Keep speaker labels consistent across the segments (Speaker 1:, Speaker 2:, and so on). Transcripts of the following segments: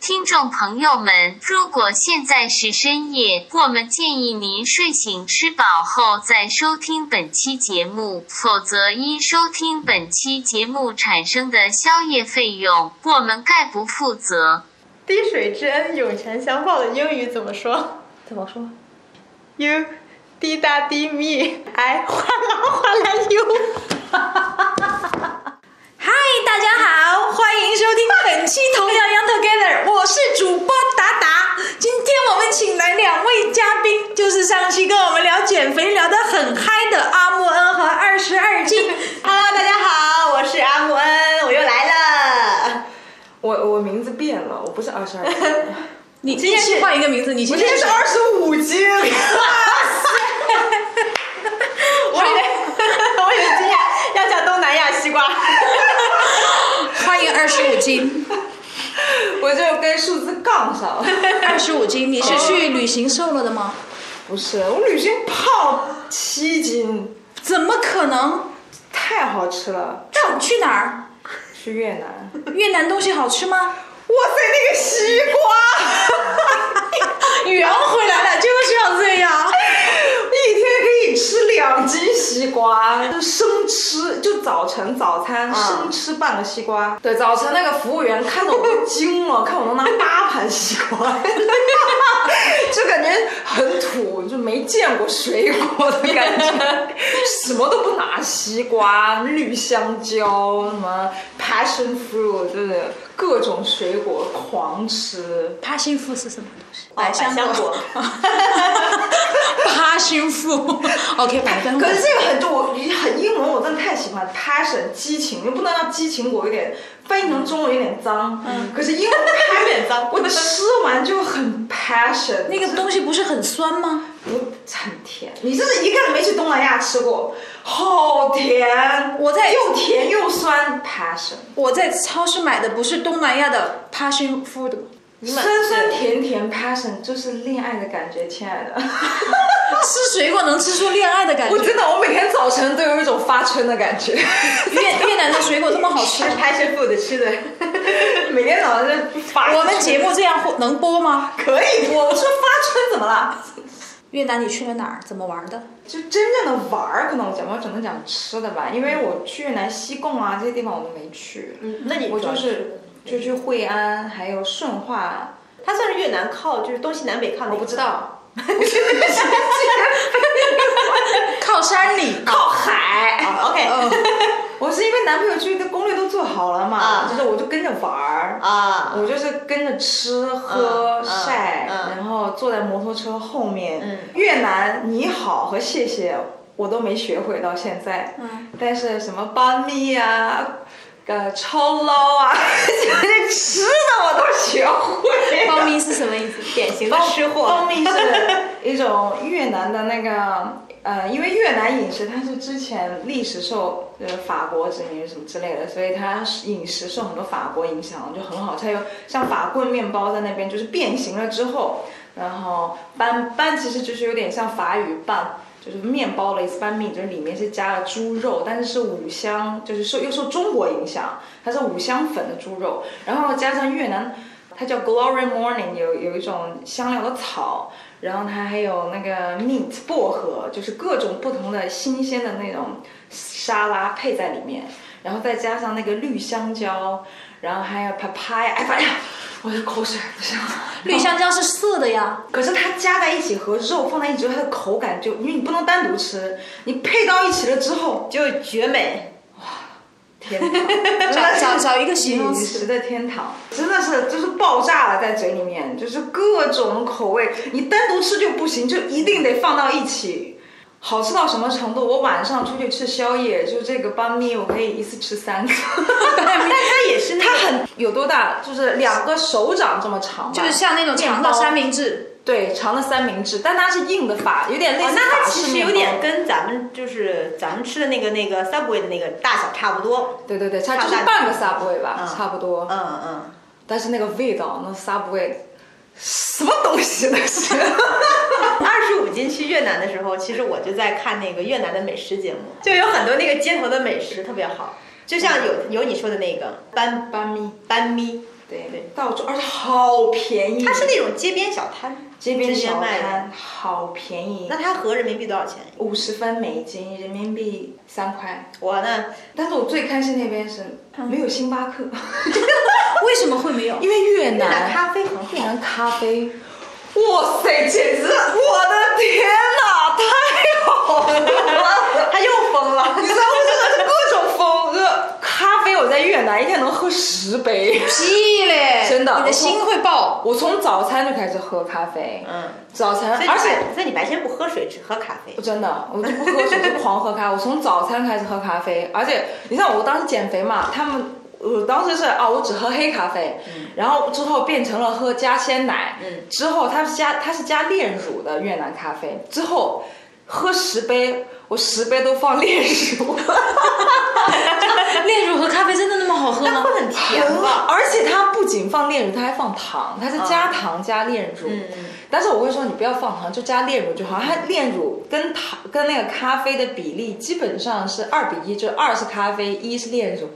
Speaker 1: 听众朋友们，如果现在是深夜，我们建议您睡醒吃饱后再收听本期节目，否则因收听本期节目产生的宵夜费用，我们概不负责。
Speaker 2: 滴水之恩，涌泉相报的英语怎么说
Speaker 3: 怎么说？
Speaker 2: ？You 滴答滴 me，哎，哗啦哗啦 you。
Speaker 3: 嗨，大家好，欢迎收听本期《童谣 Young Together》，我 是主播达达。今天我们请来两位嘉宾，就是上期跟我们聊减肥聊得很嗨的阿穆恩和二十二 斤。
Speaker 2: Hello，大家好，我是阿木恩，我又来了。
Speaker 4: 我我名字变了，我不是二十二斤，
Speaker 3: 你今天是换一个名字，你今
Speaker 4: 我今
Speaker 3: 天
Speaker 4: 天是二十五 斤。
Speaker 2: 我以为 我以为今天要叫东南亚西瓜。
Speaker 3: 欢迎二十五斤，
Speaker 4: 我就跟数字杠上了。
Speaker 3: 二十五斤，你是去旅行瘦了的吗？
Speaker 4: 不是，我旅行胖七斤，
Speaker 3: 怎么可能？
Speaker 4: 太好吃了。
Speaker 3: 但去哪儿？
Speaker 4: 去越南，哇
Speaker 3: 越南东西好吃吗？
Speaker 4: 塞，那个西瓜，
Speaker 3: 圆回来了就是要这样。
Speaker 4: 一天可以吃两斤西瓜，就生吃，就早晨早餐、生吃半个西瓜。嗯对，早晨那个服务员看着我都惊 了，看我能拿八盘西瓜， 就感觉很土，就没见过水果的感 觉，什么都不拿，西瓜、绿香蕉、什么 passion fruit，就是各种水果狂吃。
Speaker 3: 他幸福是什么东西？
Speaker 2: 百香果。
Speaker 3: 八幸福，OK，百分
Speaker 4: 可是这个很多我很英文，我真的太喜欢 passion 激情，又不能让激情果有点翻译成中文有点脏。 可是英文嗯有点脏，我吃完就很 passion。
Speaker 3: 那个东西不是很酸吗？
Speaker 4: 不很甜，你这是一个人没去东南亚吃过，好甜！
Speaker 3: 我在
Speaker 4: 又甜又酸，passion，
Speaker 3: 我在超市买的不是东南亚的 passion fruit 吗？
Speaker 2: 买
Speaker 4: 酸酸甜甜 passion 就是恋爱的感觉，亲爱的。
Speaker 3: 吃水果能吃出恋爱的感
Speaker 4: 我
Speaker 3: 觉。
Speaker 4: 真的，我每天早晨都有一种发春的感觉。
Speaker 3: 越越南的水果这么好吃
Speaker 2: 是，passion food 吃的，
Speaker 4: 每天早上就发春
Speaker 3: 我们节目这样会能播吗？
Speaker 4: 可以播，我说发春怎么了？
Speaker 3: 越南你去了哪儿？怎么玩的？
Speaker 4: 就真正的玩儿，可能我讲我只能讲吃的吧，因为我去越南西贡啊这些地方我都没去，
Speaker 2: 嗯，那你
Speaker 4: 我就
Speaker 2: 主要
Speaker 4: 是就去惠安还有顺化，
Speaker 2: 它算是越南靠，就是东西南北靠哪
Speaker 4: 我
Speaker 2: 个
Speaker 4: 不知道，
Speaker 3: 靠山里，
Speaker 4: 靠海。
Speaker 2: 啊，OK，
Speaker 4: 哦我是因为男朋友去的攻略都做好了嘛，
Speaker 2: 啊
Speaker 4: 就是我就跟着玩儿。
Speaker 2: 啊，
Speaker 4: 我就是跟着吃喝、
Speaker 2: 嗯嗯
Speaker 4: 晒，
Speaker 2: 嗯
Speaker 4: 然后坐在摩托车后面。
Speaker 2: 嗯
Speaker 4: 越南你好和谢谢我都没学会到现在，
Speaker 3: 嗯
Speaker 4: 但是什么班咪啊，呃超捞啊， 这吃的我都学会了。
Speaker 3: 苞米是什么意思？
Speaker 2: 典型的吃货
Speaker 4: 蜂。蜜是一种越南的那个，呃，因为越南饮食它是之前历史受呃法国殖民什么之类的，所以它是饮食受很多法国影响，就很好吃。还有像法棍面包在那边就是变形了之后，然后斑斑其实就是有点像法语拌。就是面包的意思，拌面就是里面是加了猪肉，但是是五香，就是受又受中国影响，它是五香粉的猪肉，然后加上越南它叫 Glory Morning，有有一种香料的草，然后它还有那个 mint 薄荷，就是各种不同的新鲜的那种沙拉配在里面，然后再加上那个绿香蕉，然后还有 papaya，哎，反正我的口水不行了。
Speaker 3: 绿香蕉是涩的呀，
Speaker 4: 可是它加在一起和肉放在一起之后，它的口感就因为你不能单独吃，你配到一起了之后，
Speaker 2: 就绝美，
Speaker 4: 天堂，
Speaker 3: 找 找找一个形容
Speaker 4: 饮
Speaker 3: 词。
Speaker 4: 食的天堂，真的是就是爆炸了在嘴里面，就是各种口味，你单独吃就不行，就一定得放到一起。好吃到什么程度？我晚上出去吃宵夜，就这个班咪，我可以一次吃 三个。
Speaker 2: 但它也是那
Speaker 4: 它
Speaker 2: 个
Speaker 4: 很有多大？就是两个手掌这么长吧，
Speaker 3: 就是像那种长的三明 治，
Speaker 4: 对长的三明治，但它是硬的法，有点类
Speaker 2: 哦，
Speaker 4: 似
Speaker 2: 那它
Speaker 4: 法
Speaker 2: 其
Speaker 4: 式
Speaker 2: 实
Speaker 4: 面包。
Speaker 2: 有点跟咱们就是咱们吃的那个那个 Subway 的那个大小差不多。
Speaker 4: 对对对，它就是
Speaker 2: 差不多
Speaker 4: 半个 Subway 吧，
Speaker 2: 嗯
Speaker 4: 差不多。
Speaker 2: 嗯嗯，
Speaker 4: 但是那个味道，那 Subway 什么东西那是？
Speaker 2: 二十五斤去越南的时候，其实我就在看那个越南的美食节目，就有很多那个街头的美食特别好，就像有有你说的那个班
Speaker 4: 嗯班咪。
Speaker 2: 班咪，
Speaker 4: 对
Speaker 2: 对
Speaker 4: 到处而且好便宜，
Speaker 2: 它是那种街边小摊，
Speaker 4: 嗯街边
Speaker 2: 街边
Speaker 4: 小
Speaker 2: 卖的
Speaker 4: 摊，好便宜
Speaker 2: 那，它合人民币多少钱？
Speaker 4: 五十分美金，人民币三块。
Speaker 2: 我呢，
Speaker 4: 但是我最开心那边是没有星巴克，
Speaker 3: 为什么会没有？
Speaker 4: 因为越
Speaker 2: 越南
Speaker 4: 南
Speaker 2: 咖啡很
Speaker 4: 越
Speaker 2: 好。
Speaker 4: 南咖啡，哇塞，简直我的天哪，太好了！
Speaker 2: 他又疯了，
Speaker 4: 你知道我真的是各种疯，就是咖啡我在越南一天能喝十杯。
Speaker 3: 屁嘞！
Speaker 4: 真的
Speaker 3: 你的心会爆。
Speaker 4: 我从早餐就开始喝咖啡，
Speaker 2: 嗯，
Speaker 4: 早餐，
Speaker 2: 所以你
Speaker 4: 而且
Speaker 2: 白所以你白天不喝水，只喝咖啡
Speaker 4: 我。真的，我就不喝水，就狂喝咖啡。我从早餐开始喝咖啡，而且你像我当时减肥嘛，他们我当时是啊，我只喝黑咖啡，然后之后变成了喝加鲜奶，
Speaker 2: 嗯
Speaker 4: 之后它是加它是加炼乳的越南咖啡，之后喝十杯，我十杯都放炼乳，
Speaker 3: 炼乳和咖啡真的那么好喝
Speaker 2: 它
Speaker 3: 吗
Speaker 2: 会？很甜吧？
Speaker 4: 而且它不仅放炼乳，它还放糖，它是加
Speaker 2: 啊
Speaker 4: 糖加炼乳。
Speaker 2: 嗯嗯
Speaker 4: 但是我会说你不要放糖，就加炼乳就好。它炼乳跟糖跟那个咖啡的比例基本上是二比一，就是二是咖啡，一是炼乳。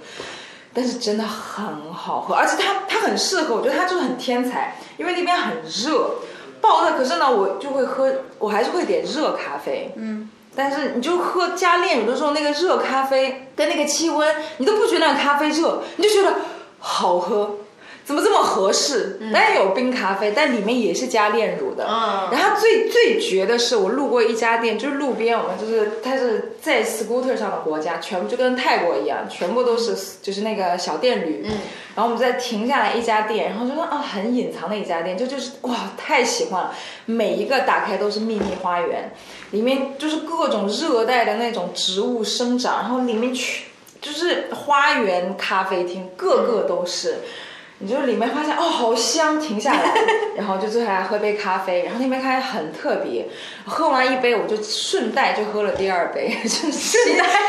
Speaker 4: 但是真的很好喝，而且它它很适合，我觉得它就是很天才，因为那边很热，爆热。可是呢，我就会喝，我还是会点热咖啡。
Speaker 3: 嗯，
Speaker 4: 但是你就喝加炼乳的时候，那个热咖啡跟那个气温，你都不觉得那咖啡热，你就觉得好喝，怎么这么合适？当然有冰咖啡，但里面也是加炼乳的。
Speaker 2: 嗯
Speaker 4: 然后最最绝的是，我路过一家店，就是路边，我们就是它是在 scooter 上的国家，全部就跟泰国一样，全部都是就是那个小电驴。
Speaker 2: 嗯
Speaker 4: 然后我们再停下来一家店，然后就说啊，很隐藏的一家店，就就是哇，太喜欢了，每一个打开都是秘密花园，里面就是各种热带的那种植物生长，然后里面去就是花园咖啡厅，个个都是。你就里面发现哦，好香，停下来，然后就坐下来喝杯咖啡，然后那杯咖啡很特别，喝完一杯我就顺带就喝了第二杯，就是心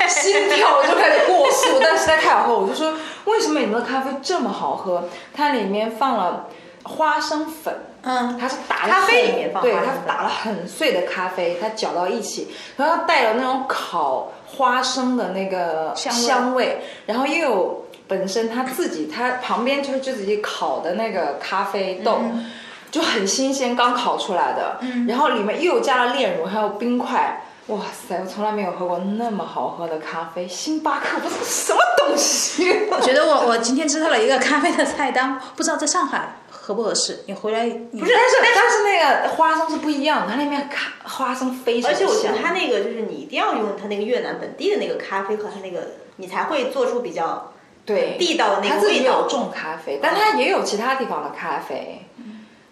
Speaker 4: 心跳就开始过速，但实在太好喝，我就说为什么你们的咖啡这么好喝？它里面放了花生粉，
Speaker 3: 嗯，
Speaker 4: 它是打了
Speaker 2: 咖啡
Speaker 4: 很
Speaker 2: 里面放
Speaker 4: 对，
Speaker 2: 花生
Speaker 4: 它
Speaker 2: 粉
Speaker 4: 打了很碎的咖啡，它搅到一起，然后它带有那种烤花生的那个
Speaker 3: 香味
Speaker 4: 香味，然后又有本身它自己它旁边就是自己烤的那个咖啡豆。
Speaker 2: 嗯
Speaker 4: 就很新鲜，刚烤出来的，
Speaker 3: 嗯
Speaker 4: 然后里面又加了炼乳，还有冰块，哇塞，我从来没有喝过那么好喝的咖啡。星巴克不是什么东西、
Speaker 3: 我觉得我我今天知道了一个咖啡的菜单，不知道在上海合不合适。你回来不
Speaker 4: 不是，但是但是那个花生是不一样的，它那边咖花生非常
Speaker 2: 而且
Speaker 4: 香。
Speaker 2: 我觉得它那个就是你一定要用它那个越南本地的那个咖啡和它那个，你才会做出比较
Speaker 4: 对
Speaker 2: 地道的那
Speaker 4: 它
Speaker 2: 个
Speaker 4: 自己
Speaker 2: 味
Speaker 4: 有
Speaker 2: 道。嗯
Speaker 4: 种咖啡，但它也有其他地方的咖啡，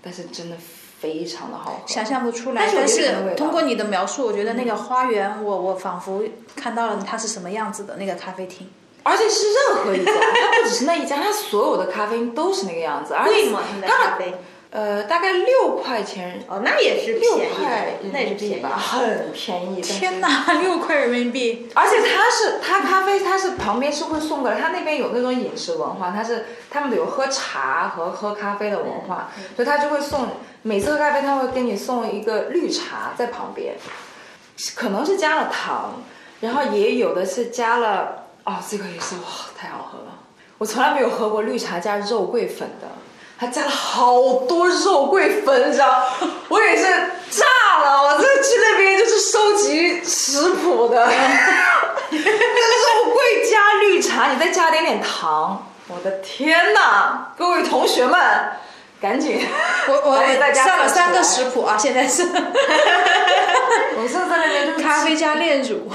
Speaker 4: 但是真的非常的好喝
Speaker 3: 想。象不出来，
Speaker 4: 但是我
Speaker 3: 但
Speaker 4: 觉得
Speaker 3: 是
Speaker 4: 很有味道
Speaker 3: 通过你的描述，我觉得那个花园，我我仿佛看到了它是什么样子的那个咖啡厅。
Speaker 4: 而且是任何 一家，它不只是那一家，它所有的咖啡都是那个样子。而
Speaker 2: 贵
Speaker 4: 且
Speaker 2: 吗？他们的
Speaker 4: 当然
Speaker 2: 咖啡？
Speaker 4: 呃，大概六块钱，
Speaker 2: 哦，那也是
Speaker 4: 六
Speaker 2: 便宜
Speaker 4: 块
Speaker 2: 的，
Speaker 4: 人
Speaker 2: 那也是
Speaker 4: 民
Speaker 2: 便宜
Speaker 4: 币吧，
Speaker 2: 的。
Speaker 4: 很便宜。但是
Speaker 3: 天哪，六块人民币！
Speaker 4: 而且它是它咖啡，它是旁边是会送过来，它那边有那种饮食文化，它是他们有喝茶和喝咖啡的文化，
Speaker 2: 嗯
Speaker 4: 所以它就会送每次喝咖啡，它会给你送一个绿茶在旁边，可能是加了糖，然后也有的是加了哦，这个也是哇，太好喝了，我从来没有喝过绿茶加肉桂粉的。它加了好多肉桂粉，你知 道，我也是炸了！我这去那边就是收集食谱的，肉桂加绿茶，你再加点点糖，我的天哪！各位同学们，赶紧，
Speaker 3: 我我
Speaker 4: 赶紧大
Speaker 3: 我
Speaker 4: 家
Speaker 3: 上了三个
Speaker 4: 十，
Speaker 3: 食谱啊，现在 是
Speaker 4: 我上次在那边就是
Speaker 3: 咖啡加炼 乳，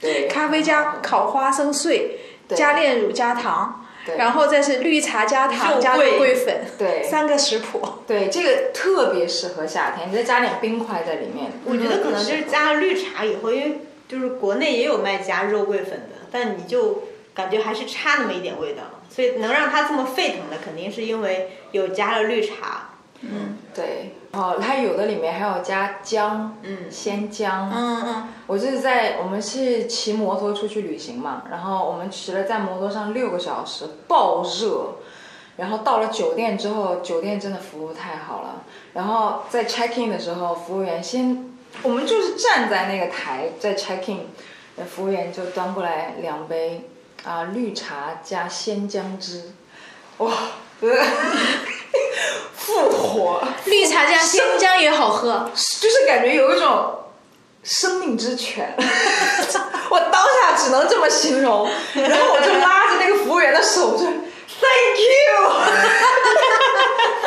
Speaker 4: 对
Speaker 3: 咖啡加烤花生碎，
Speaker 4: 对
Speaker 3: 加炼乳加糖
Speaker 4: 对，
Speaker 3: 然后再是绿茶加糖
Speaker 2: 肉
Speaker 3: 加
Speaker 2: 桂
Speaker 3: 肉桂粉，
Speaker 4: 对
Speaker 3: 三个食谱。
Speaker 4: 对这个特别适合夏天，你再加点冰块在里面，
Speaker 2: 我觉得可能就是加了绿茶以后，因为就是国内也有卖加肉桂粉的，但你就感觉还是差那么一点味道。所以能让它这么沸腾的，肯定是因为有加了绿茶。
Speaker 4: 对。哦，它有的里面还有加姜，
Speaker 2: 嗯
Speaker 4: 鲜姜，
Speaker 3: 嗯嗯，
Speaker 4: 我就是在我们是骑摩托出去旅行嘛，然后我们骑了在摩托上六个小时，爆热。然后到了酒店之后，酒店真的服务太好了。然后在 check in 的时候，服务员先，我们就是站在那个台在 check in，呃服务员就端过来两杯啊、绿茶加鲜姜汁，哇， 不是复活，
Speaker 3: 绿茶 加新疆也好喝，
Speaker 4: 就是感觉有一种生命之泉。 我当下只能这么形容，然后我就拉着那个服务员的手，就 Thank you，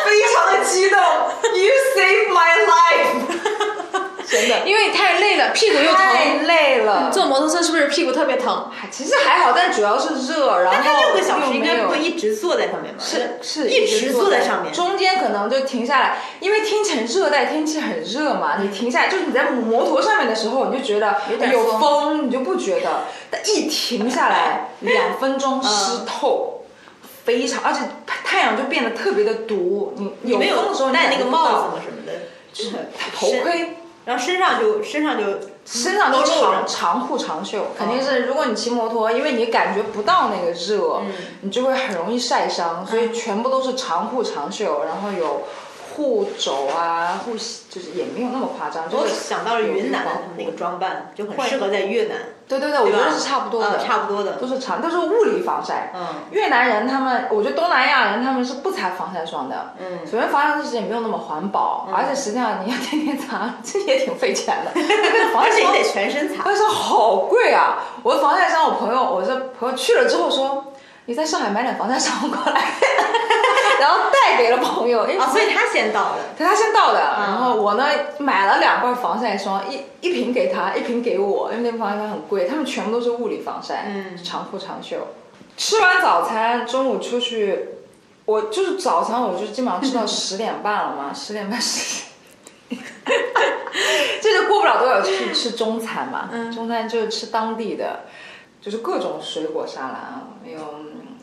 Speaker 4: 非常的激动，You saved my life，真 的
Speaker 3: 因为太累了，屁股又
Speaker 4: 太
Speaker 3: 疼。
Speaker 4: 累了。
Speaker 3: 坐摩托车是不是屁股特别疼？
Speaker 4: 还其实还好，但主要是热，然
Speaker 2: 但他
Speaker 4: 后
Speaker 2: 六个小时
Speaker 4: 又
Speaker 2: 应
Speaker 4: 没
Speaker 2: 该
Speaker 4: 有
Speaker 2: 不会一直坐在上面吧？
Speaker 4: 是是
Speaker 2: 一直坐在
Speaker 4: 在
Speaker 2: 上面
Speaker 4: 中间可能就停下来，因为天气很热带，天气很热嘛，
Speaker 2: 嗯
Speaker 4: 你停下来就是你在摩托上面的时候，你就觉得
Speaker 3: 有点
Speaker 4: 有
Speaker 3: 风
Speaker 4: 风，你就不觉得，但一停 下来两分
Speaker 2: 嗯
Speaker 4: 钟湿透，非常，而且太阳就变得特别的毒，你
Speaker 2: 你
Speaker 4: 有
Speaker 2: 没
Speaker 4: 风的时
Speaker 2: 有
Speaker 4: 候你
Speaker 2: 戴那
Speaker 4: 感
Speaker 2: 个
Speaker 4: 觉
Speaker 2: 帽
Speaker 4: 不到
Speaker 2: 子吗？什么的？就是
Speaker 4: 头
Speaker 2: 身，
Speaker 4: 盔。
Speaker 2: 然后身上就身上就
Speaker 4: 身上都
Speaker 2: 都露哦着
Speaker 4: 长长裤长袖，肯定是如果你骑摩托，因为你感觉不到那个热，
Speaker 2: 嗯
Speaker 4: 你就会很容易晒伤，所以全部都是长裤长袖，然后有护肘啊、护膝，就是也没有那么夸张，就
Speaker 2: 我
Speaker 4: 是
Speaker 2: 想到了云南的他们那个装扮，就很适合在越南，
Speaker 4: 对对对，我
Speaker 2: 对
Speaker 4: 觉
Speaker 2: 吧？
Speaker 4: 得是差不多的，
Speaker 2: 嗯差不多的
Speaker 4: 都。是长，都是物理防晒。
Speaker 2: 嗯，
Speaker 4: 越南人他们，我觉得东南亚人他们是不擦防晒霜的。
Speaker 2: 嗯
Speaker 4: 首先防晒霜也没有那么环保，而且实际上你要天天擦， 这也挺费钱 的。那个防
Speaker 2: 而
Speaker 4: 晒
Speaker 2: 且
Speaker 4: 霜
Speaker 2: 你得全身擦。
Speaker 4: 那时候好贵啊！我的防晒霜，我朋友，我这朋友去了之后说，你在上海买点防晒霜过来， 然后带给了朋友，因为
Speaker 2: 啊，所以他先到的。
Speaker 4: 他先到的，然后我呢买了两罐防晒霜，一一瓶给他，一瓶给我，因为那防晒霜很贵，他们全部都是物理防晒，
Speaker 2: 嗯
Speaker 4: 长裤长袖。吃完早餐，中午出去，我就是早餐，我就基本上吃到十点半了嘛，十点半十。 这就过不了多少去吃中餐嘛，中餐就是吃当地的，就是各种水果沙拉，啊有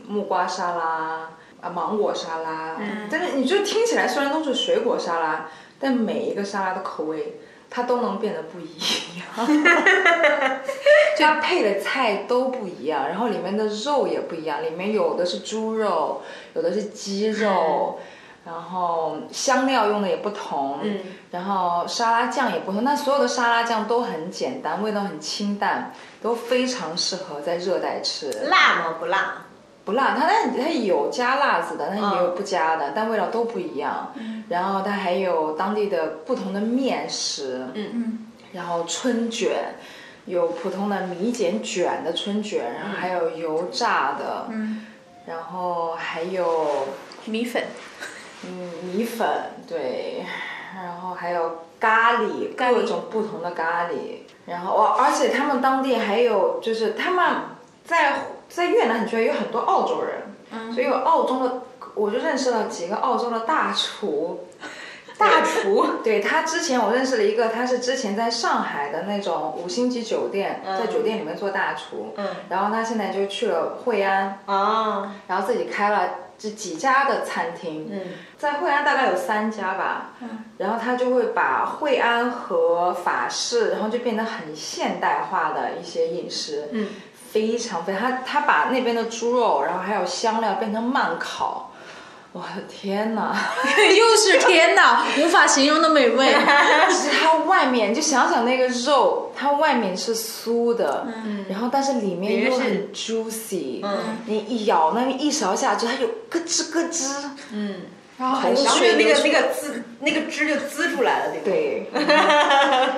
Speaker 4: 木瓜沙拉啊、芒果沙拉，但是你就听起来虽然都是水果沙拉，但每一个沙拉的口味它都能变得不一样， 它配的菜都不一样，然后里面的肉也不一样，里面有的是猪肉，有的是鸡肉。然后香料用的也不同，
Speaker 2: 嗯
Speaker 4: 然后沙拉酱也不同，但所有的沙拉酱都很简单，味道很清淡，都非常适合在热带吃。
Speaker 2: 辣吗？不辣。
Speaker 4: 不辣，它但它有加辣子的，但
Speaker 2: 嗯
Speaker 4: 也有不加的，但味道都不一样。然后它还有当地的不同的面食，
Speaker 3: 嗯，
Speaker 4: 然后春卷，有普通的米碱卷的春卷，然后还有油炸的，
Speaker 3: 嗯，
Speaker 4: 然后还有
Speaker 3: 米粉，
Speaker 4: 嗯，米粉对，然后还有咖喱，
Speaker 3: 咖喱
Speaker 4: 各种不同的咖喱。然后哦，而且他们当地还有就是他们在在越南，你觉得有很多澳洲人，
Speaker 3: 嗯
Speaker 4: 所以有澳洲的，我就认识了几个澳洲的 大厨。大厨，对他之前我认识了一个，他是之前在上海的那种五星级酒店，
Speaker 3: 嗯
Speaker 4: 在酒店里面做大厨，
Speaker 2: 嗯
Speaker 4: 然后他现在就去了惠安，
Speaker 2: 啊，
Speaker 4: 然后自己开了这几家的餐厅，
Speaker 2: 嗯
Speaker 4: 在惠安大概有三家吧，然后他就会把惠安和法式，然后就变得很现代化的一些饮食，
Speaker 2: 嗯，
Speaker 4: 非常非常，他他把那边的猪肉，然后还有香料变成慢烤，我的天哪！
Speaker 3: 又是天哪，无法形容的美 味。嗯
Speaker 4: 就是它外面，就想想那个肉，它外面是酥的，嗯，然后但是里面又很 juicy，嗯，你一咬那一勺下去，它有咯吱咯吱，
Speaker 2: 嗯，
Speaker 4: 然后
Speaker 2: 然
Speaker 4: 很
Speaker 2: 后
Speaker 4: 水
Speaker 2: 就那
Speaker 4: 流
Speaker 2: 个
Speaker 4: 出
Speaker 2: 那个滋那个汁就滋出来了，对吧？
Speaker 4: 对，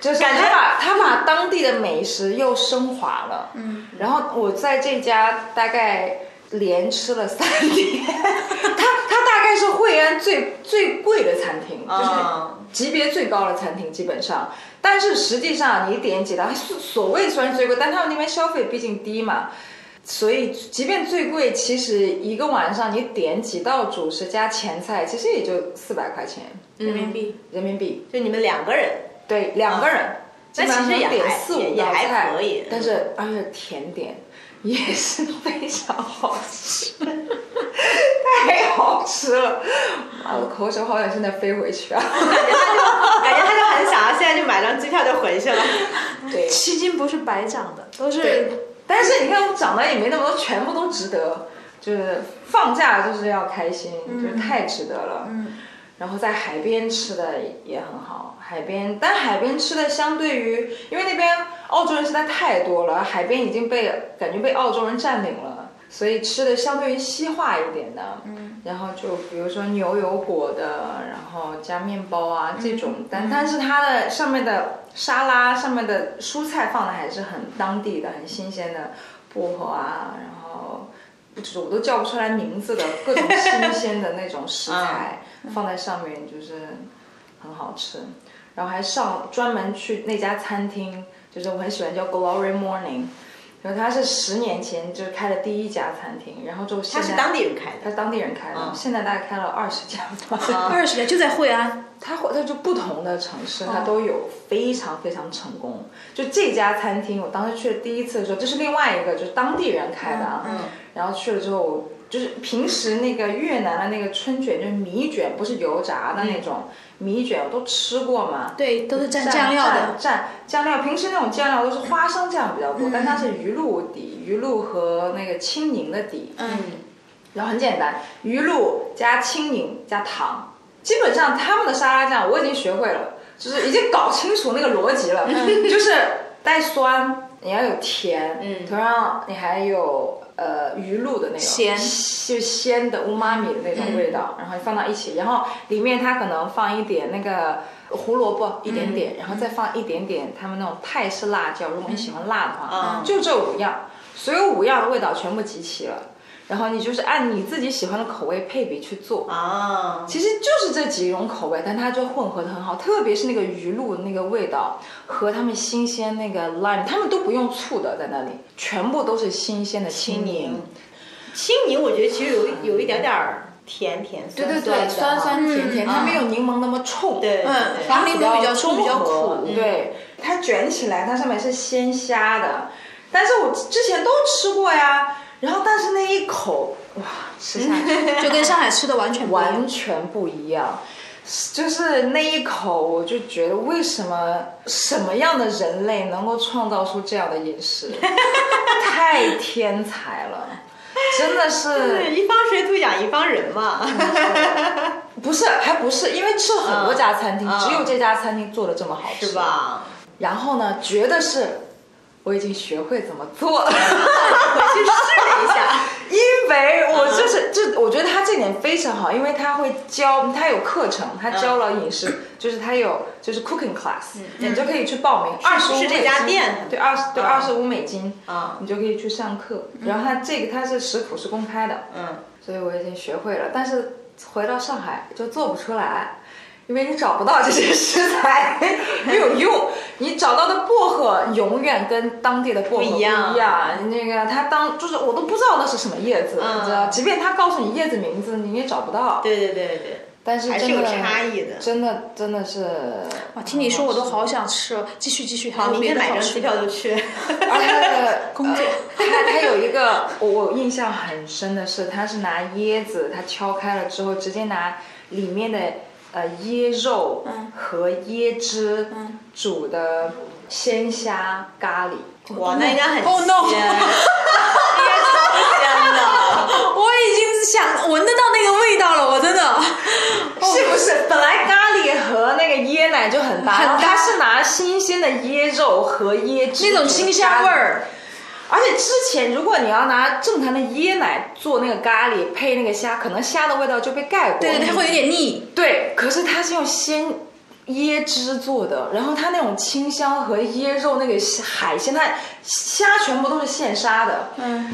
Speaker 4: 就是
Speaker 2: 感觉
Speaker 4: 他把他把当地的美食又升华了。嗯，然后我在这家大概连吃了三天，它它大概是惠安最最贵的餐厅，就是
Speaker 2: 啊
Speaker 4: 级别最高的餐厅基本上。但是实际上你点几道，所所谓虽然最贵，但他们那边消费毕竟低嘛。所以，即便最贵，其实一个晚上你点几道主食加前菜，其实也就四百块钱
Speaker 3: 人民币，
Speaker 4: 人民币。
Speaker 2: 就你们两个人，
Speaker 4: 对，两个人，
Speaker 2: 啊那
Speaker 4: 基本
Speaker 2: 其实
Speaker 4: 上
Speaker 2: 也
Speaker 4: 点
Speaker 2: 还
Speaker 4: 四
Speaker 2: 也
Speaker 4: 五
Speaker 2: 也
Speaker 4: 道
Speaker 2: 还
Speaker 4: 菜
Speaker 2: 可以
Speaker 4: 但是而且甜点也是非常好吃， 太好吃了，啊，我口水好想现在飞回去啊！
Speaker 2: 感觉他就感觉他就很想要现在就买张机票就回去了。
Speaker 4: 对，
Speaker 3: 七斤不是白长的，都
Speaker 4: 对
Speaker 3: 是，
Speaker 4: 但是你看我长得也没那么多，全部都值得，就是放假就是要开心，就是太值得了。
Speaker 3: 嗯，
Speaker 4: 然后在海边吃的也很好，海边，但海边吃的相对于，因为那边澳洲人实在太多了，海边已经被感觉被澳洲人占领了，所以吃的相对于西化一点的，嗯，然后就比如说牛油果的，然后加面包啊这种，但但是它的上面的沙拉上面的蔬菜放的还是很当地的、很新鲜的薄荷啊，然后就是我都叫不出来名字的各种新鲜的那种食材放在上面，就是很好吃。然后还上专门去那家餐厅，就是我很喜欢叫 Glory Morning，然后它是十年前就开的第一家餐厅，然后就
Speaker 2: 他
Speaker 4: 现在
Speaker 2: 是当地人开
Speaker 4: 它
Speaker 2: 的，
Speaker 4: 是当地人开的，现在大概开了二十家吧。
Speaker 2: 啊
Speaker 3: 二十个就在惠安，
Speaker 4: 它或它就不同的城市，
Speaker 3: 哦
Speaker 4: 它都有非常非常成功。就这家餐厅，我当时去了第一次的时候，这是另外一个，就是当地人开的
Speaker 3: 嗯
Speaker 4: 啊。然后去了之后，就是平时那个越南的那个春卷，就是米卷，不是油炸的那种、米卷，我都吃过嘛。
Speaker 3: 嗯对，都是蘸酱料的，
Speaker 4: 蘸蘸酱料。平时那种酱料都是花生酱比较多，
Speaker 3: 嗯
Speaker 4: 但它是鱼露底，鱼露和那个青柠的底，
Speaker 3: 嗯，
Speaker 4: 然后很简单，鱼露加青柠加糖，基本上他们的沙拉酱我已经学会了，就是已经搞清楚那个逻辑了，就是带酸，你要有甜，嗯，同样你还有呃鱼露的那种
Speaker 3: 鲜
Speaker 4: 就鲜的乌妈米的那种味道，然后放到一起，然后里面它可能放一点那个胡萝卜一点点，然后再放一点点他们那种泰式辣椒，如果你喜欢辣的话，就这五样，所有五样的味道全部集齐了。然后你就是按你自己喜欢的口味配比去做，
Speaker 2: 啊，
Speaker 4: 其实就是这几种口味，但它就混合的很好，特别是那个鱼露那个味道和他们新鲜那个 lime，他们都不用醋的，在那里全部都是新鲜的青柠，
Speaker 2: 青柠我觉得其实有一有一点点儿甜甜酸
Speaker 4: 对
Speaker 2: 酸啊
Speaker 4: 对，酸酸甜甜，
Speaker 3: 嗯
Speaker 4: 它没有柠檬那么冲，
Speaker 2: 对对
Speaker 3: 嗯
Speaker 2: 对
Speaker 3: 然后柠檬比较
Speaker 4: 中
Speaker 3: 冲，比较
Speaker 4: 和
Speaker 3: 苦，
Speaker 4: 对，它卷起来，它上面是鲜虾的，但是我之前都吃过呀，然后但是那一口哇，吃下去。
Speaker 3: 就跟上海吃的完全不一样
Speaker 4: 完全不一样。就是那一口，我就觉得为什么什么样的人类能够创造出这样的 饮食，太天才了，真的是
Speaker 2: 对，一方水土养一方人嘛，
Speaker 4: 不是还不是？因为吃了很多家餐厅，
Speaker 2: 嗯嗯
Speaker 4: 只有这家餐厅做的这么好吃
Speaker 2: 是？吧？
Speaker 4: 然后呢，觉得是我已经学会怎么 做了。
Speaker 2: 回去试了一下，
Speaker 4: 因为我就是
Speaker 2: 嗯
Speaker 4: 这，我觉得他这点非常好，因为他会教，他有课程，他教了饮食，就是他有就是 cooking class，你
Speaker 2: 嗯
Speaker 4: 就可以去报名，二十五
Speaker 2: 是这家店
Speaker 4: 对二十对
Speaker 2: 嗯
Speaker 4: 二十五美金，
Speaker 2: 啊
Speaker 4: 你就可以去上课。然后他这个他是食谱是公开的，
Speaker 2: 嗯，
Speaker 4: 所以我已经学会了，但是回到上海就做不出来，因为你找不到这些食材， 没有用。你找到的薄荷永远跟当地的薄荷
Speaker 2: 不
Speaker 4: 不
Speaker 2: 一样
Speaker 4: 那个它当就是我都不知道那是什么叶子，
Speaker 2: 嗯
Speaker 4: 你知道？即便它告诉你叶子名字，你也找不到。
Speaker 2: 对对对对，
Speaker 4: 但是
Speaker 2: 还是
Speaker 4: 真
Speaker 2: 有
Speaker 4: 的
Speaker 2: 差异的。
Speaker 4: 真的真的是，
Speaker 3: 哇，听你说我都好想吃哦，继续继续，还
Speaker 2: 好，
Speaker 3: 有
Speaker 2: 明
Speaker 3: 别
Speaker 2: 天
Speaker 3: 的
Speaker 2: 买
Speaker 3: 好
Speaker 2: 张
Speaker 3: 吃
Speaker 2: 机
Speaker 3: 的
Speaker 2: 票就 去。
Speaker 4: 而且它 的
Speaker 3: 工作
Speaker 4: 呃它它有一个我我印象很深的是，它是拿椰子，它敲开了之后，直接拿里面的呃椰肉
Speaker 3: 嗯
Speaker 4: 和椰汁
Speaker 3: 嗯
Speaker 4: 煮的鲜虾咖喱。
Speaker 2: 哇，那应该很鲜
Speaker 3: Oh, no.
Speaker 2: 应该超鲜 的。
Speaker 3: 啊我已经想闻得到那个味道了，我真的。
Speaker 4: 是不是本来咖喱和那个椰奶就很搭，
Speaker 3: 很搭
Speaker 4: 然后它是拿新鲜的椰肉和椰汁
Speaker 3: 那种
Speaker 4: 煮的
Speaker 3: 清香味
Speaker 4: 咖喱
Speaker 3: 儿，
Speaker 4: 而且之前，如果你要拿正常的椰奶做那个咖喱配那个虾，可能虾的味道就被盖过。
Speaker 3: 对对，它会有点腻。
Speaker 4: 对，可是它是用鲜椰汁做的，然后它那种清香和椰肉那个海鲜，它虾全部都是现杀的。
Speaker 3: 嗯，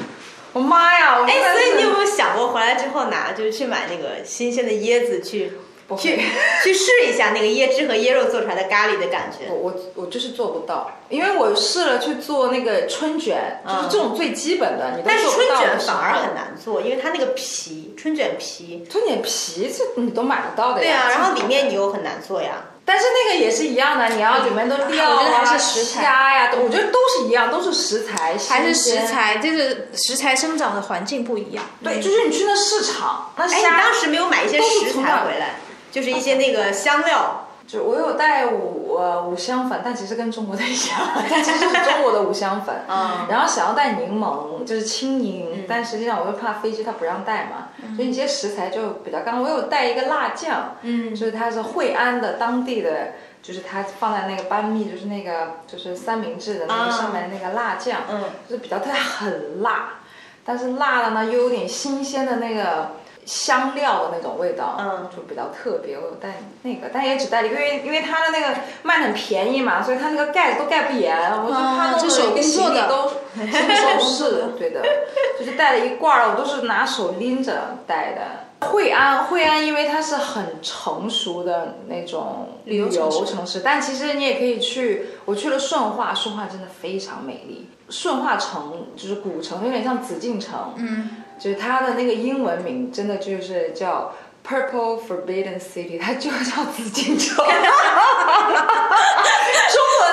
Speaker 4: 我妈呀！我真的
Speaker 2: 哎，
Speaker 4: 是
Speaker 2: 所以你有没有想过回来之后拿，就是去买那个新鲜的椰子去
Speaker 4: 不会
Speaker 2: 去去试一下那个椰汁和椰肉做出来的咖喱的感觉
Speaker 4: 我？我我就是做不到，因为我试了去做那个春卷，就是这种最基本的，你都
Speaker 2: 嗯但是
Speaker 4: 做
Speaker 2: 春
Speaker 4: 不到的
Speaker 2: 卷
Speaker 4: 时
Speaker 2: 反
Speaker 4: 候
Speaker 2: 而很。难做，因为它那个皮，春卷皮。
Speaker 4: 春卷皮这你都买不到的呀。
Speaker 2: 对啊，然后里面
Speaker 4: 你。
Speaker 2: 你又很难做呀。
Speaker 4: 但是那个也是一样的，你要里面的
Speaker 2: 嗯
Speaker 4: 料
Speaker 3: 我觉得
Speaker 4: 啊、
Speaker 3: 还是食材
Speaker 4: 虾呀、我觉得都是一样，都是食材，
Speaker 3: 还是
Speaker 4: 新
Speaker 3: 食
Speaker 4: 鲜。
Speaker 3: 材，这个食材生长的环境不一样。
Speaker 4: 对，就是你去那市场，那
Speaker 2: 哎，
Speaker 4: 虾
Speaker 2: 你，当时没有买一些
Speaker 4: 都是
Speaker 2: 食
Speaker 4: 从哪
Speaker 2: 材
Speaker 4: 儿
Speaker 2: 回来，就是一些那个香料。
Speaker 4: 就我有带五呃五香粉，但其实跟中国的一样， 它其实是中国的五香粉。
Speaker 2: 嗯
Speaker 4: 然后想要带柠檬，就是青柠，但实际上我又怕飞机它不让带嘛，
Speaker 2: 嗯
Speaker 4: 所以一些食材就比较干。我有带一个辣酱，
Speaker 3: 嗯
Speaker 4: 就是它是惠安的当地的，就是它放在那个班蜜，就是那个就是三明治的那
Speaker 2: 啊
Speaker 4: 个上面那个辣酱，
Speaker 2: 嗯
Speaker 4: 就是比较它很辣。但是辣的呢又有点新鲜的那个香料的那种味道，
Speaker 2: 嗯
Speaker 4: 就比较特别。我有带那个，但也只带了，因为因为它的那个卖的很便宜嘛，所以它那个盖子都盖不严。我说
Speaker 3: 哦
Speaker 4: 他
Speaker 3: 这
Speaker 4: 弄
Speaker 3: 手工
Speaker 4: 了一个
Speaker 3: 做
Speaker 4: 行李
Speaker 3: 的
Speaker 4: 都手势，对的，就是带了一罐儿，我都是拿手拎着带的。惠安，惠安，因为它是很成熟的那种旅游
Speaker 3: 城市
Speaker 4: 城市，但其实你也可以去。我去了顺化，顺化真的非常美丽。顺化城就是古城，有点像紫禁城，
Speaker 3: 嗯，
Speaker 4: 就是它的那个英文名真的就是叫 Purple Forbidden City，它就叫紫禁城。 中文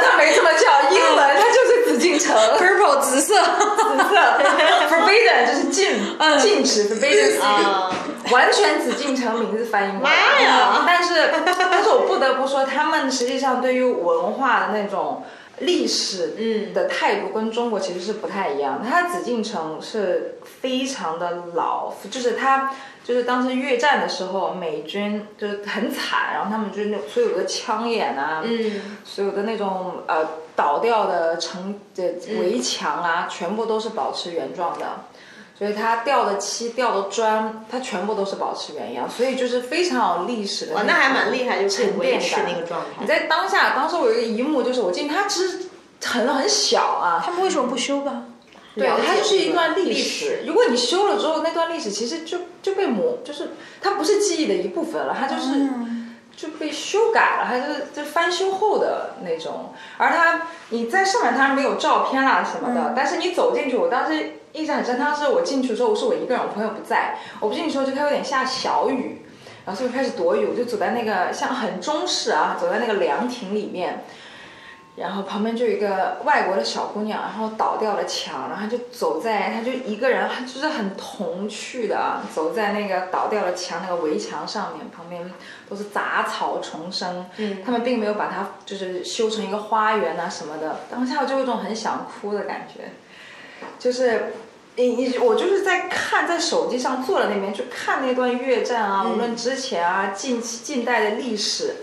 Speaker 4: 它没这么叫，英文它就是紫禁城。
Speaker 3: purple 紫色，
Speaker 4: 紫色 ，forbidden 就是禁
Speaker 3: 嗯
Speaker 4: 禁止 forbidden，
Speaker 2: 啊，
Speaker 4: 完全紫禁城名字翻译过
Speaker 2: 妈
Speaker 4: 来。
Speaker 3: 啊
Speaker 2: 呀
Speaker 4: 但是，但是我不得不说，他们实际上对于文化的那种历史
Speaker 2: 嗯
Speaker 4: 的态度跟中国其实是不太一样的。它紫禁城是非常的老，就是它。就是当时越战的时候，美军就是很惨，然后他们就是那种所有的枪眼啊，
Speaker 2: 嗯，
Speaker 4: 所有的那种呃倒掉的城的围墙啊，全部都是保持原状的。所以它掉的漆、掉的砖，它全部都是保持原样，所以就是非常有历史的
Speaker 2: 哇，
Speaker 4: 种
Speaker 2: 那还蛮厉害，就可以
Speaker 4: 沉
Speaker 2: 维
Speaker 4: 淀
Speaker 2: 持
Speaker 4: 感
Speaker 2: 那个状态
Speaker 4: 你。在当下，当时我有一个一幕，就是我进它其实很很小啊，
Speaker 3: 他们为什么不修吧？
Speaker 4: 对
Speaker 2: 了，解
Speaker 4: 它就是一段
Speaker 2: 这个
Speaker 4: 历
Speaker 2: 历
Speaker 4: 史。如果你修了之后，那段历史其实就就被磨，就是它不是记忆的一部分了，它就是、
Speaker 2: 嗯
Speaker 4: 就被修改了，它就是就翻修后的那种。而它你在上面它没有照片啦什么的，但是你走进去，我当时印象很深，当时我进去的时候是我一个人，我朋友不在，我不进去的时候就它有点下小雨。然后所以我开始躲雨，我就走在那个像很中式啊，走在那个凉亭里面，然后旁边就有一个外国的小姑娘，然后倒掉了墙，然后她就走在，她就一个人，她就是很童趣的啊，走在那个倒掉了墙那个围墙上面，旁边都是杂草丛生，
Speaker 2: 嗯
Speaker 4: 他们并没有把它就是修成一个花园啊什么的，当下我就有一种很想哭的感觉，就是。你你我就是在看，在手机上坐在那边去看那段越战啊，无论之前啊近近代的历史，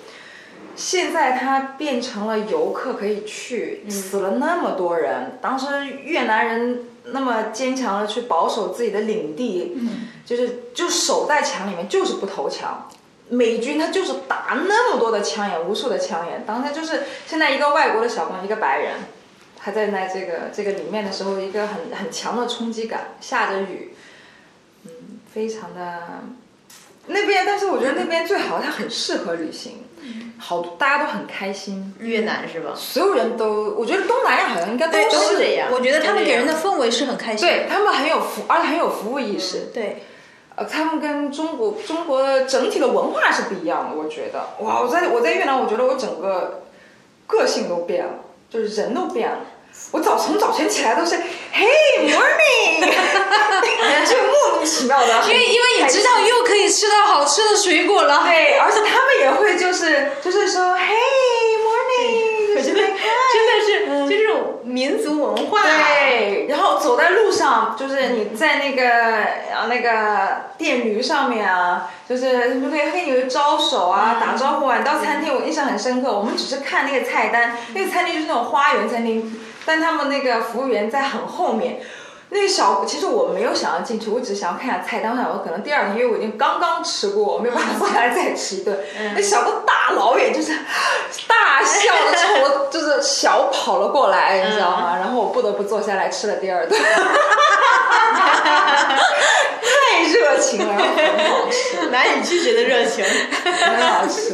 Speaker 4: 现在它变成了游客可以去，死了那么多人，当时越南人那么坚强的去保守自己的领地，就是就守在墙里面，就是不投降。美军他就是打那么多的枪眼，无数的枪眼，当时就是现在一个外国的小朋友，一个白人，他在那这个这个里面的时候，一个很很强的冲击感，下着雨，嗯，非常的那边，但是我觉得那边最好，它很适合旅行，好，大家都很开心，
Speaker 2: 越南是吧？
Speaker 4: 所有人都，我觉得东南亚好像应该
Speaker 3: 对，
Speaker 4: 都
Speaker 2: 都
Speaker 4: 是
Speaker 2: 是这样
Speaker 3: 我觉得他们
Speaker 2: 都这
Speaker 3: 给
Speaker 2: 样
Speaker 3: 人的氛围是很开心。
Speaker 4: 对他们很有服，而且很有服务意识。
Speaker 3: 对，
Speaker 4: 呃，他们跟中国中国的整体的文化是不一样的，我觉得。哇，我在我在越南，我觉得我整个个性都变了，就是人都变了。我早从早晨起来都是 Hey morning，就莫名其妙的，
Speaker 3: 因为因为你知道又可以吃到好吃的水果了，
Speaker 4: 对，而且他们也会就是就是说 Hey morning，就 是
Speaker 2: 嗯
Speaker 4: 哎 Hi。
Speaker 2: 真的是就这种民族文化，啊
Speaker 4: 对，然后走在路上，就是你在那个呃那个电驴上面啊，就是就会跟你招手啊、打招呼啊。你到餐厅，我印象很深刻，我们只是看那个菜单，那个餐厅就是那种花园餐厅，但他们那个服务员在很后面。那个小，其实我没有想要进去，我只是想要看一下菜单。我想我可能第二天，因为我已经刚刚吃过，我没有办法坐下来再吃一顿。那小哥大老远就是大笑着冲我，就是小跑了过来，你知道吗？然后我不得不坐下来吃了第二顿，太热情了，然后很好 吃，
Speaker 2: 难以拒绝的热情。
Speaker 4: 很好吃。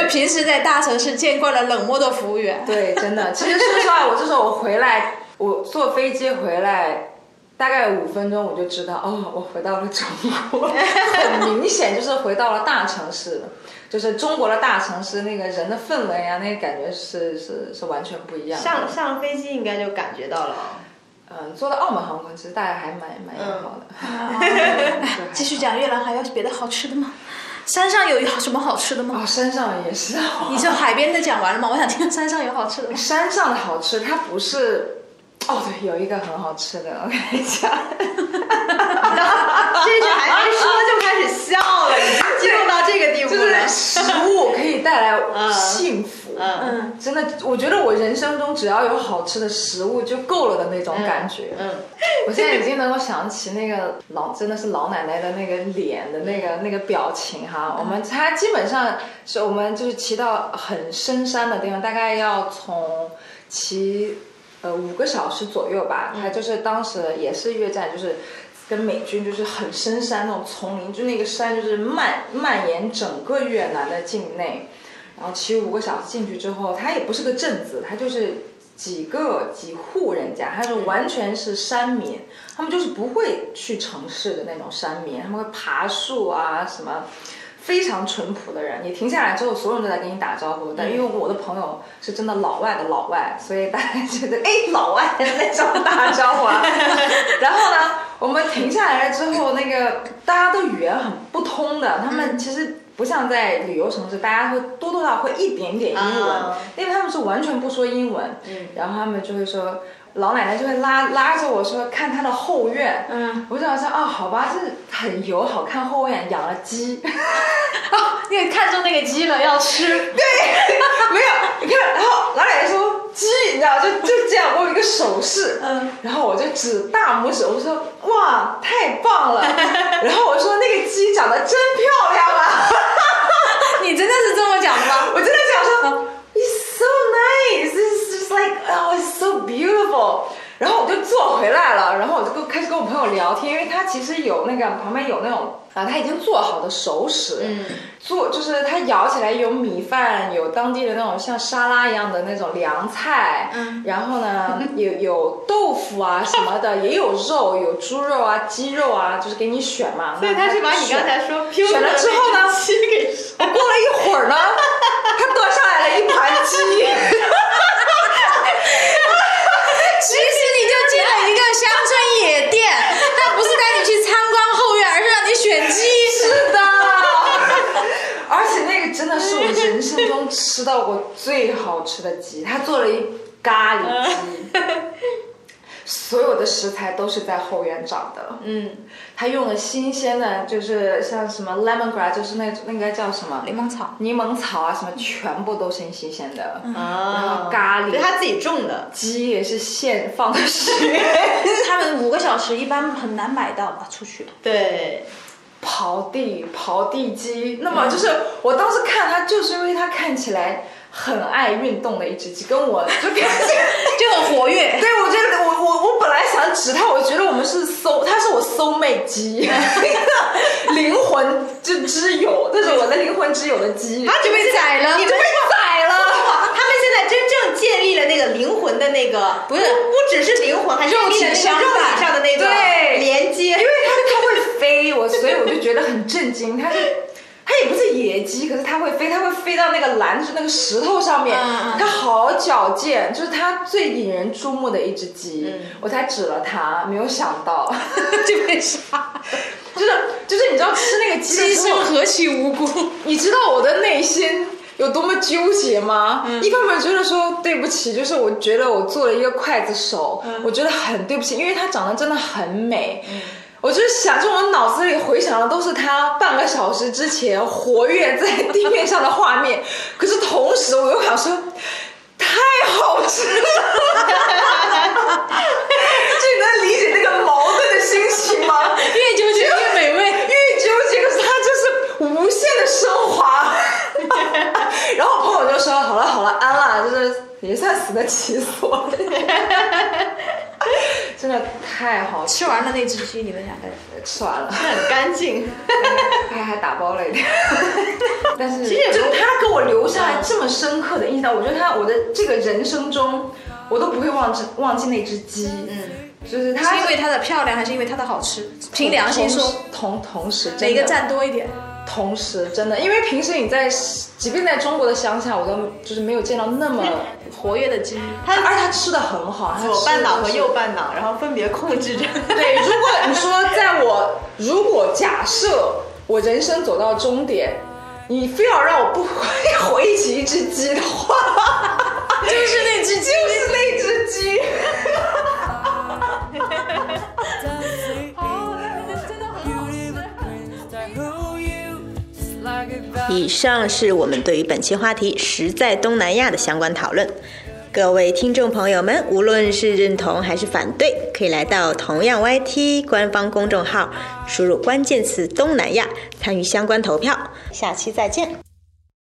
Speaker 3: 就平时在大城市见惯了冷漠的服务员，
Speaker 4: 对，真的。其实说实话，我这时候我回来，我坐飞机回来，大概五分钟我就知道，哦，我回到了中国，很明显就是回到了大城市，就是中国的大城市那个人的氛围啊，那个感觉是是是完全不一样 的。
Speaker 2: 上上了飞机应该就感觉到了，
Speaker 4: 嗯，坐到澳门航空其实大家还蛮蛮友好的。
Speaker 2: 嗯
Speaker 3: 继续讲越南还有别的好吃的吗？山上有什么好吃的吗？
Speaker 4: 哦，山上也是，
Speaker 2: 哦
Speaker 4: 哦
Speaker 3: 你就海边的讲完了吗？我想听山上有好吃的吗？
Speaker 4: 山上的好吃，它不是。哦，对，有一个很好吃的，我跟你讲，
Speaker 2: 真是还没说哦就开始笑了，已经激动到这个地步
Speaker 4: 就是
Speaker 2: 了。
Speaker 4: 食物可以带来
Speaker 2: 嗯
Speaker 4: 幸福。
Speaker 2: 嗯
Speaker 3: 嗯，
Speaker 4: 真的，我觉得我人生中只要有好吃的食物就够了的那种感觉。
Speaker 2: 嗯，
Speaker 4: 我现在已经能够想起那个老真的是老奶奶的那个脸的那个那个表情哈。我们她基本上是我们就是骑到很深山的地方，大概要从骑呃五个小时左右吧。她就是当时也是越战，就是跟美军就是很深山那种丛林，就那个山就是蔓蔓延整个越南的境内。然后骑五个小时进去之后，它也不是个镇子，它就是几个几户人家，它是完全是山民，他们就是不会去城市的那种山民，他们会爬树啊什么。非常淳朴的人，你停下来之后，所有人都在跟你打招呼。但因为我的朋友是真的老外的老外，所以大家觉得哎，老外的那种打招呼啊。 然后呢，我们停下来了之后，那个大家都语言很不通的，他们其实不像在旅游城市，大家会多多少少会一点点英文，
Speaker 2: 啊
Speaker 4: 因为他们是完全不说英文。
Speaker 3: 嗯
Speaker 4: 然后他们就会说，老奶奶就会拉拉着我说看她的后院。
Speaker 3: 嗯，
Speaker 4: 我就想说啊，好吧，这很友好，看后院养了 鸡。啊，
Speaker 3: 哦你也看中那个鸡了，要吃。
Speaker 4: 没有，你看，然后老奶奶说鸡，你知道，就就这样，我有一个手势，
Speaker 3: 嗯，
Speaker 4: 然后我就指大拇指，我说哇，太棒了，然后我说那个鸡长得真漂亮啊，
Speaker 3: 你真的是这么讲 的吗？
Speaker 4: 我真的想说，it's so nice, it's just like oh, it's so beautiful。然后我就坐回来了，然后我就跟开始跟我朋友聊天，因为他其实有那个旁边有那种啊，他已经做好的熟食，嗯，做就是它舀起来有米饭，有当地的那种像沙拉一样的那种凉菜，嗯，然后呢有有豆腐啊什么的，也有肉，有猪肉啊、鸡肉啊，就是给你选嘛。
Speaker 2: 所以他是把你刚才说拼
Speaker 4: 选了之后呢
Speaker 2: 鸡给
Speaker 4: 我 过了一会儿呢，他端上来了一盘鸡，
Speaker 3: 其实你就进了一个乡村野店， 但不是带你去参观后院，而是让你选鸡。
Speaker 4: 是的，而且那个真的是我人生中吃到过最好吃的鸡，他做了一咖喱鸡， 所有的食材都是在后院长的，
Speaker 3: 嗯，
Speaker 4: 他用了新鲜的，就是像什么 lemongrass，就是那那个叫什么
Speaker 3: 柠檬草。
Speaker 4: 柠檬草嗯啊，什么全部都是新鲜的，然
Speaker 2: 啊
Speaker 4: 后咖
Speaker 2: 所以
Speaker 4: 喱
Speaker 2: 他自己种的，
Speaker 4: 鸡也是现放的 血。
Speaker 3: 他们五个小时一般很难买到吧？出去。
Speaker 2: 对，
Speaker 4: 刨地刨地鸡，那么就是我当时看它，就是因为它看起来很爱运动的一只鸡，跟我就跟
Speaker 3: 就很活跃。
Speaker 4: 对我觉得我我我本来想指它，我觉得我们是搜，它是我搜妹鸡， 灵魂之之友，这是我的灵魂之友的鸡，
Speaker 2: 他 就被宰啊了，你们
Speaker 4: 被宰了。
Speaker 2: 他们现在真正建立了那个灵魂的那个，不
Speaker 3: 是
Speaker 2: 不只是灵魂，还是
Speaker 3: 肉
Speaker 2: 建
Speaker 3: 体
Speaker 2: 立了那个
Speaker 3: 相
Speaker 2: 肉
Speaker 3: 伴
Speaker 2: 体上的那个
Speaker 4: 对
Speaker 2: 连接，
Speaker 4: 因为它它会飞，我所以我就觉得很震惊。它是它也不是野鸡，可是它会飞，它会飞到那个篮子那个石头上面，
Speaker 3: 嗯嗯
Speaker 4: 它好矫健，就是它最引人注目的一只鸡。
Speaker 3: 嗯
Speaker 4: 我才指了它，没有想到，
Speaker 3: 就被杀，
Speaker 4: 就是就是你知道吃那个鸡的
Speaker 3: 鸡
Speaker 4: 时
Speaker 3: 生
Speaker 4: 候，
Speaker 3: 何其无辜！
Speaker 4: 你知道我的内心。有多么纠结吗？一方面觉得说对不起，就是我觉得我做了一个刽子手，我觉得很对不起，因为它长得真的很美。我就是想，就我脑子里回想的都是他半个小时之前活跃在地面上的画面，可是同时我又想说，太好吃了，就你能理解那个矛盾的心情吗？
Speaker 3: 越纠结越美味。
Speaker 4: 越纠结，可是它就是无限的升华。 然后我朋友就说：“好了好了，安了，就是也算死得其所。” 真的太好吃
Speaker 3: 吃完了那只鸡，你们两个人
Speaker 4: 了，吃完了。
Speaker 2: 很 干净。
Speaker 4: 他还打包了 一点，但是
Speaker 2: 其实
Speaker 4: 就他给我留下来这么深刻的印象，我觉得他我的这个人生中，我都不会忘记忘记那只鸡，嗯，就是他
Speaker 3: 是因为它的漂亮，还是因为它的好吃？凭
Speaker 4: 凭
Speaker 3: 良心说，
Speaker 4: 同同时真的
Speaker 3: 哪个占多一点？
Speaker 4: 同时真的，因为平时你在即便在中国的乡下，我都就是没有见到那么，
Speaker 3: 活跃的鸡，
Speaker 4: 他而且他吃的很好，他
Speaker 2: 左
Speaker 4: 吃
Speaker 2: 半
Speaker 4: 得
Speaker 2: 脑
Speaker 4: 就
Speaker 2: 和
Speaker 4: 是
Speaker 2: 右半脑，然后分别控制着。
Speaker 4: 对，如果你说在我如果假设我人生走到终点，你非要让我不回回忆起一只鸡的话，
Speaker 3: 就是那只鸡。
Speaker 4: 就是那只鸡。
Speaker 5: You live a prince, I owe you. Just like a vow. 以上是我们对于本期话题“实在东南亚”的相关讨论。各位听众朋友们，无论是认同还是反对，可以来到同样 YT 官方公众号，输入关键词“东南亚”，参与相关投票。下期再见。